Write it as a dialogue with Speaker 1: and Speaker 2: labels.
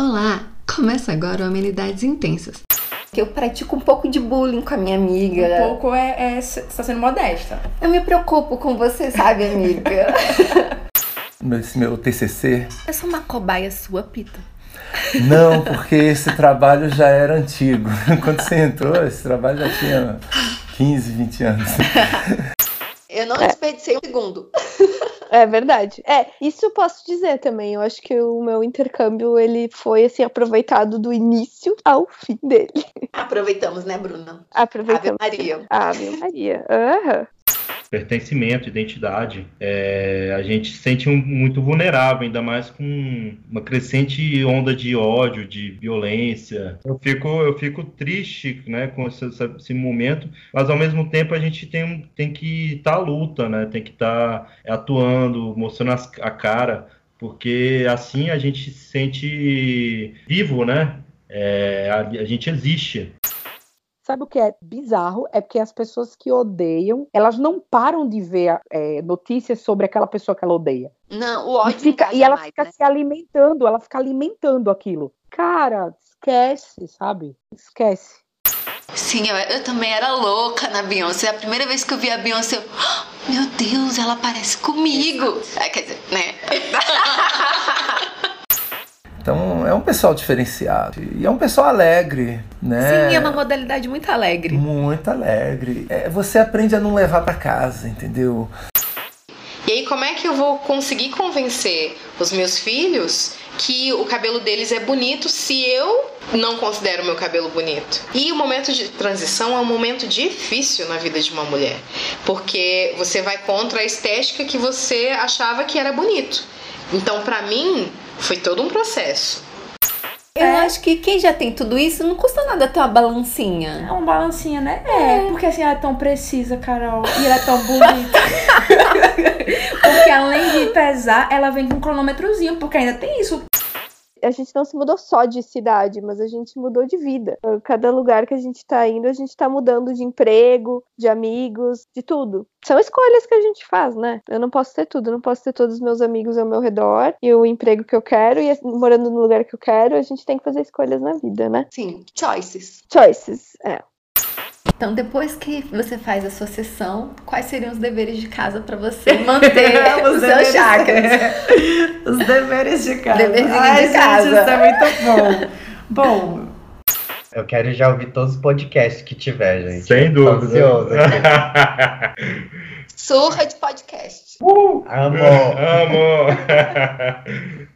Speaker 1: Olá! Começa agora o Amenidades Intensas.
Speaker 2: Eu pratico um pouco de bullying com a minha amiga.
Speaker 3: Um pouco é, é, você tá sendo modesta.
Speaker 2: Eu me preocupo com você, sabe, amiga?
Speaker 4: Esse meu TCC?
Speaker 2: Eu sou uma cobaia sua, Pita.
Speaker 4: Não, porque esse trabalho já era antigo. Quando você entrou, esse trabalho já tinha 15, 20 anos.
Speaker 5: Eu não desperdicei um segundo.
Speaker 6: É verdade. É, isso eu posso dizer também. Eu acho que o meu intercâmbio ele foi assim aproveitado do início ao fim dele.
Speaker 5: Aproveitamos, né, Bruna?
Speaker 6: Aproveitando.
Speaker 5: Ave Maria.
Speaker 6: Ave Maria. Aham.
Speaker 7: pertencimento, identidade, é, a gente se sente um- muito vulnerável, ainda mais com uma crescente onda de ódio, de violência. Eu fico, eu fico triste, né, com esse, essa- esse momento, mas ao mesmo tempo a gente tem, um- tem que estar à luta, né, tem que estar atuando, mostrando as- a cara, porque assim a gente se sente vivo, né? É, a- a gente existe.
Speaker 8: Sabe o que é bizarro? É porque as pessoas que odeiam, elas não param de ver é, notícias sobre aquela pessoa que ela odeia.
Speaker 5: Não, o
Speaker 8: E,
Speaker 5: ódio
Speaker 8: fica-
Speaker 5: não
Speaker 8: e ela
Speaker 5: mais,
Speaker 8: fica assim.
Speaker 5: né?
Speaker 8: se alimentando, ela fica alimentando aquilo. Cara, esquece, sabe? Esquece.
Speaker 1: Sim, eu, eu também era louca na Beyoncé. A primeira vez que eu vi a Beyoncé, eu. "Ah, meu Deus, ela parece comigo! Ah, quer dizer, né?
Speaker 4: Então é um pessoal diferenciado. E é um pessoal alegre, né?
Speaker 3: Sim, é uma modalidade muito alegre.
Speaker 4: Muito alegre. É, você aprende a não levar pra casa, entendeu?
Speaker 9: E aí, como é que eu vou conseguir convencer os meus filhos que o cabelo deles é bonito se eu não considero meu cabelo bonito? E o momento de transição é um momento difícil na vida de uma mulher, porque você vai contra a estética que você achava que era bonito. Então, pra mim, foi todo um processo.
Speaker 8: É.
Speaker 2: Eu acho que quem já tem tudo isso não custa nada ter uma balancinha.
Speaker 3: É um balancinho, né? É, porque assim, ela é tão precisa, Carol. E ela é tão bonita. porque além de pesar, ela vem com um cronômetrozinho, porque ainda tem isso.
Speaker 6: A gente não se mudou só de cidade, mas a gente mudou de vida. Ah, Cada lugar que a gente tá indo, a gente tá mudando de emprego, de amigos, de tudo. São escolhas que a gente faz, né? Eu não posso ter tudo, eu não posso ter todos os meus amigos ao meu redor e o emprego que eu quero e assim, morando no lugar que eu quero, a gente tem que fazer escolhas na vida, né?
Speaker 5: Sim, choices.
Speaker 6: Choices, é.
Speaker 2: Então, depois que você faz a sua sessão, quais seriam os deveres de casa pra você manter os seus chakras?
Speaker 10: é, Os deveres de casa.
Speaker 2: Deverzinho de
Speaker 10: Ai, gente,
Speaker 2: casa.
Speaker 10: isso é muito bom. Bom,
Speaker 11: Eu quero já ouvir todos os podcasts que tiver, É, gente.
Speaker 7: Sem
Speaker 11: Tô
Speaker 7: dúvida.
Speaker 11: ansioso aqui.
Speaker 5: Surra de podcast.
Speaker 11: Amor.
Speaker 7: Amor!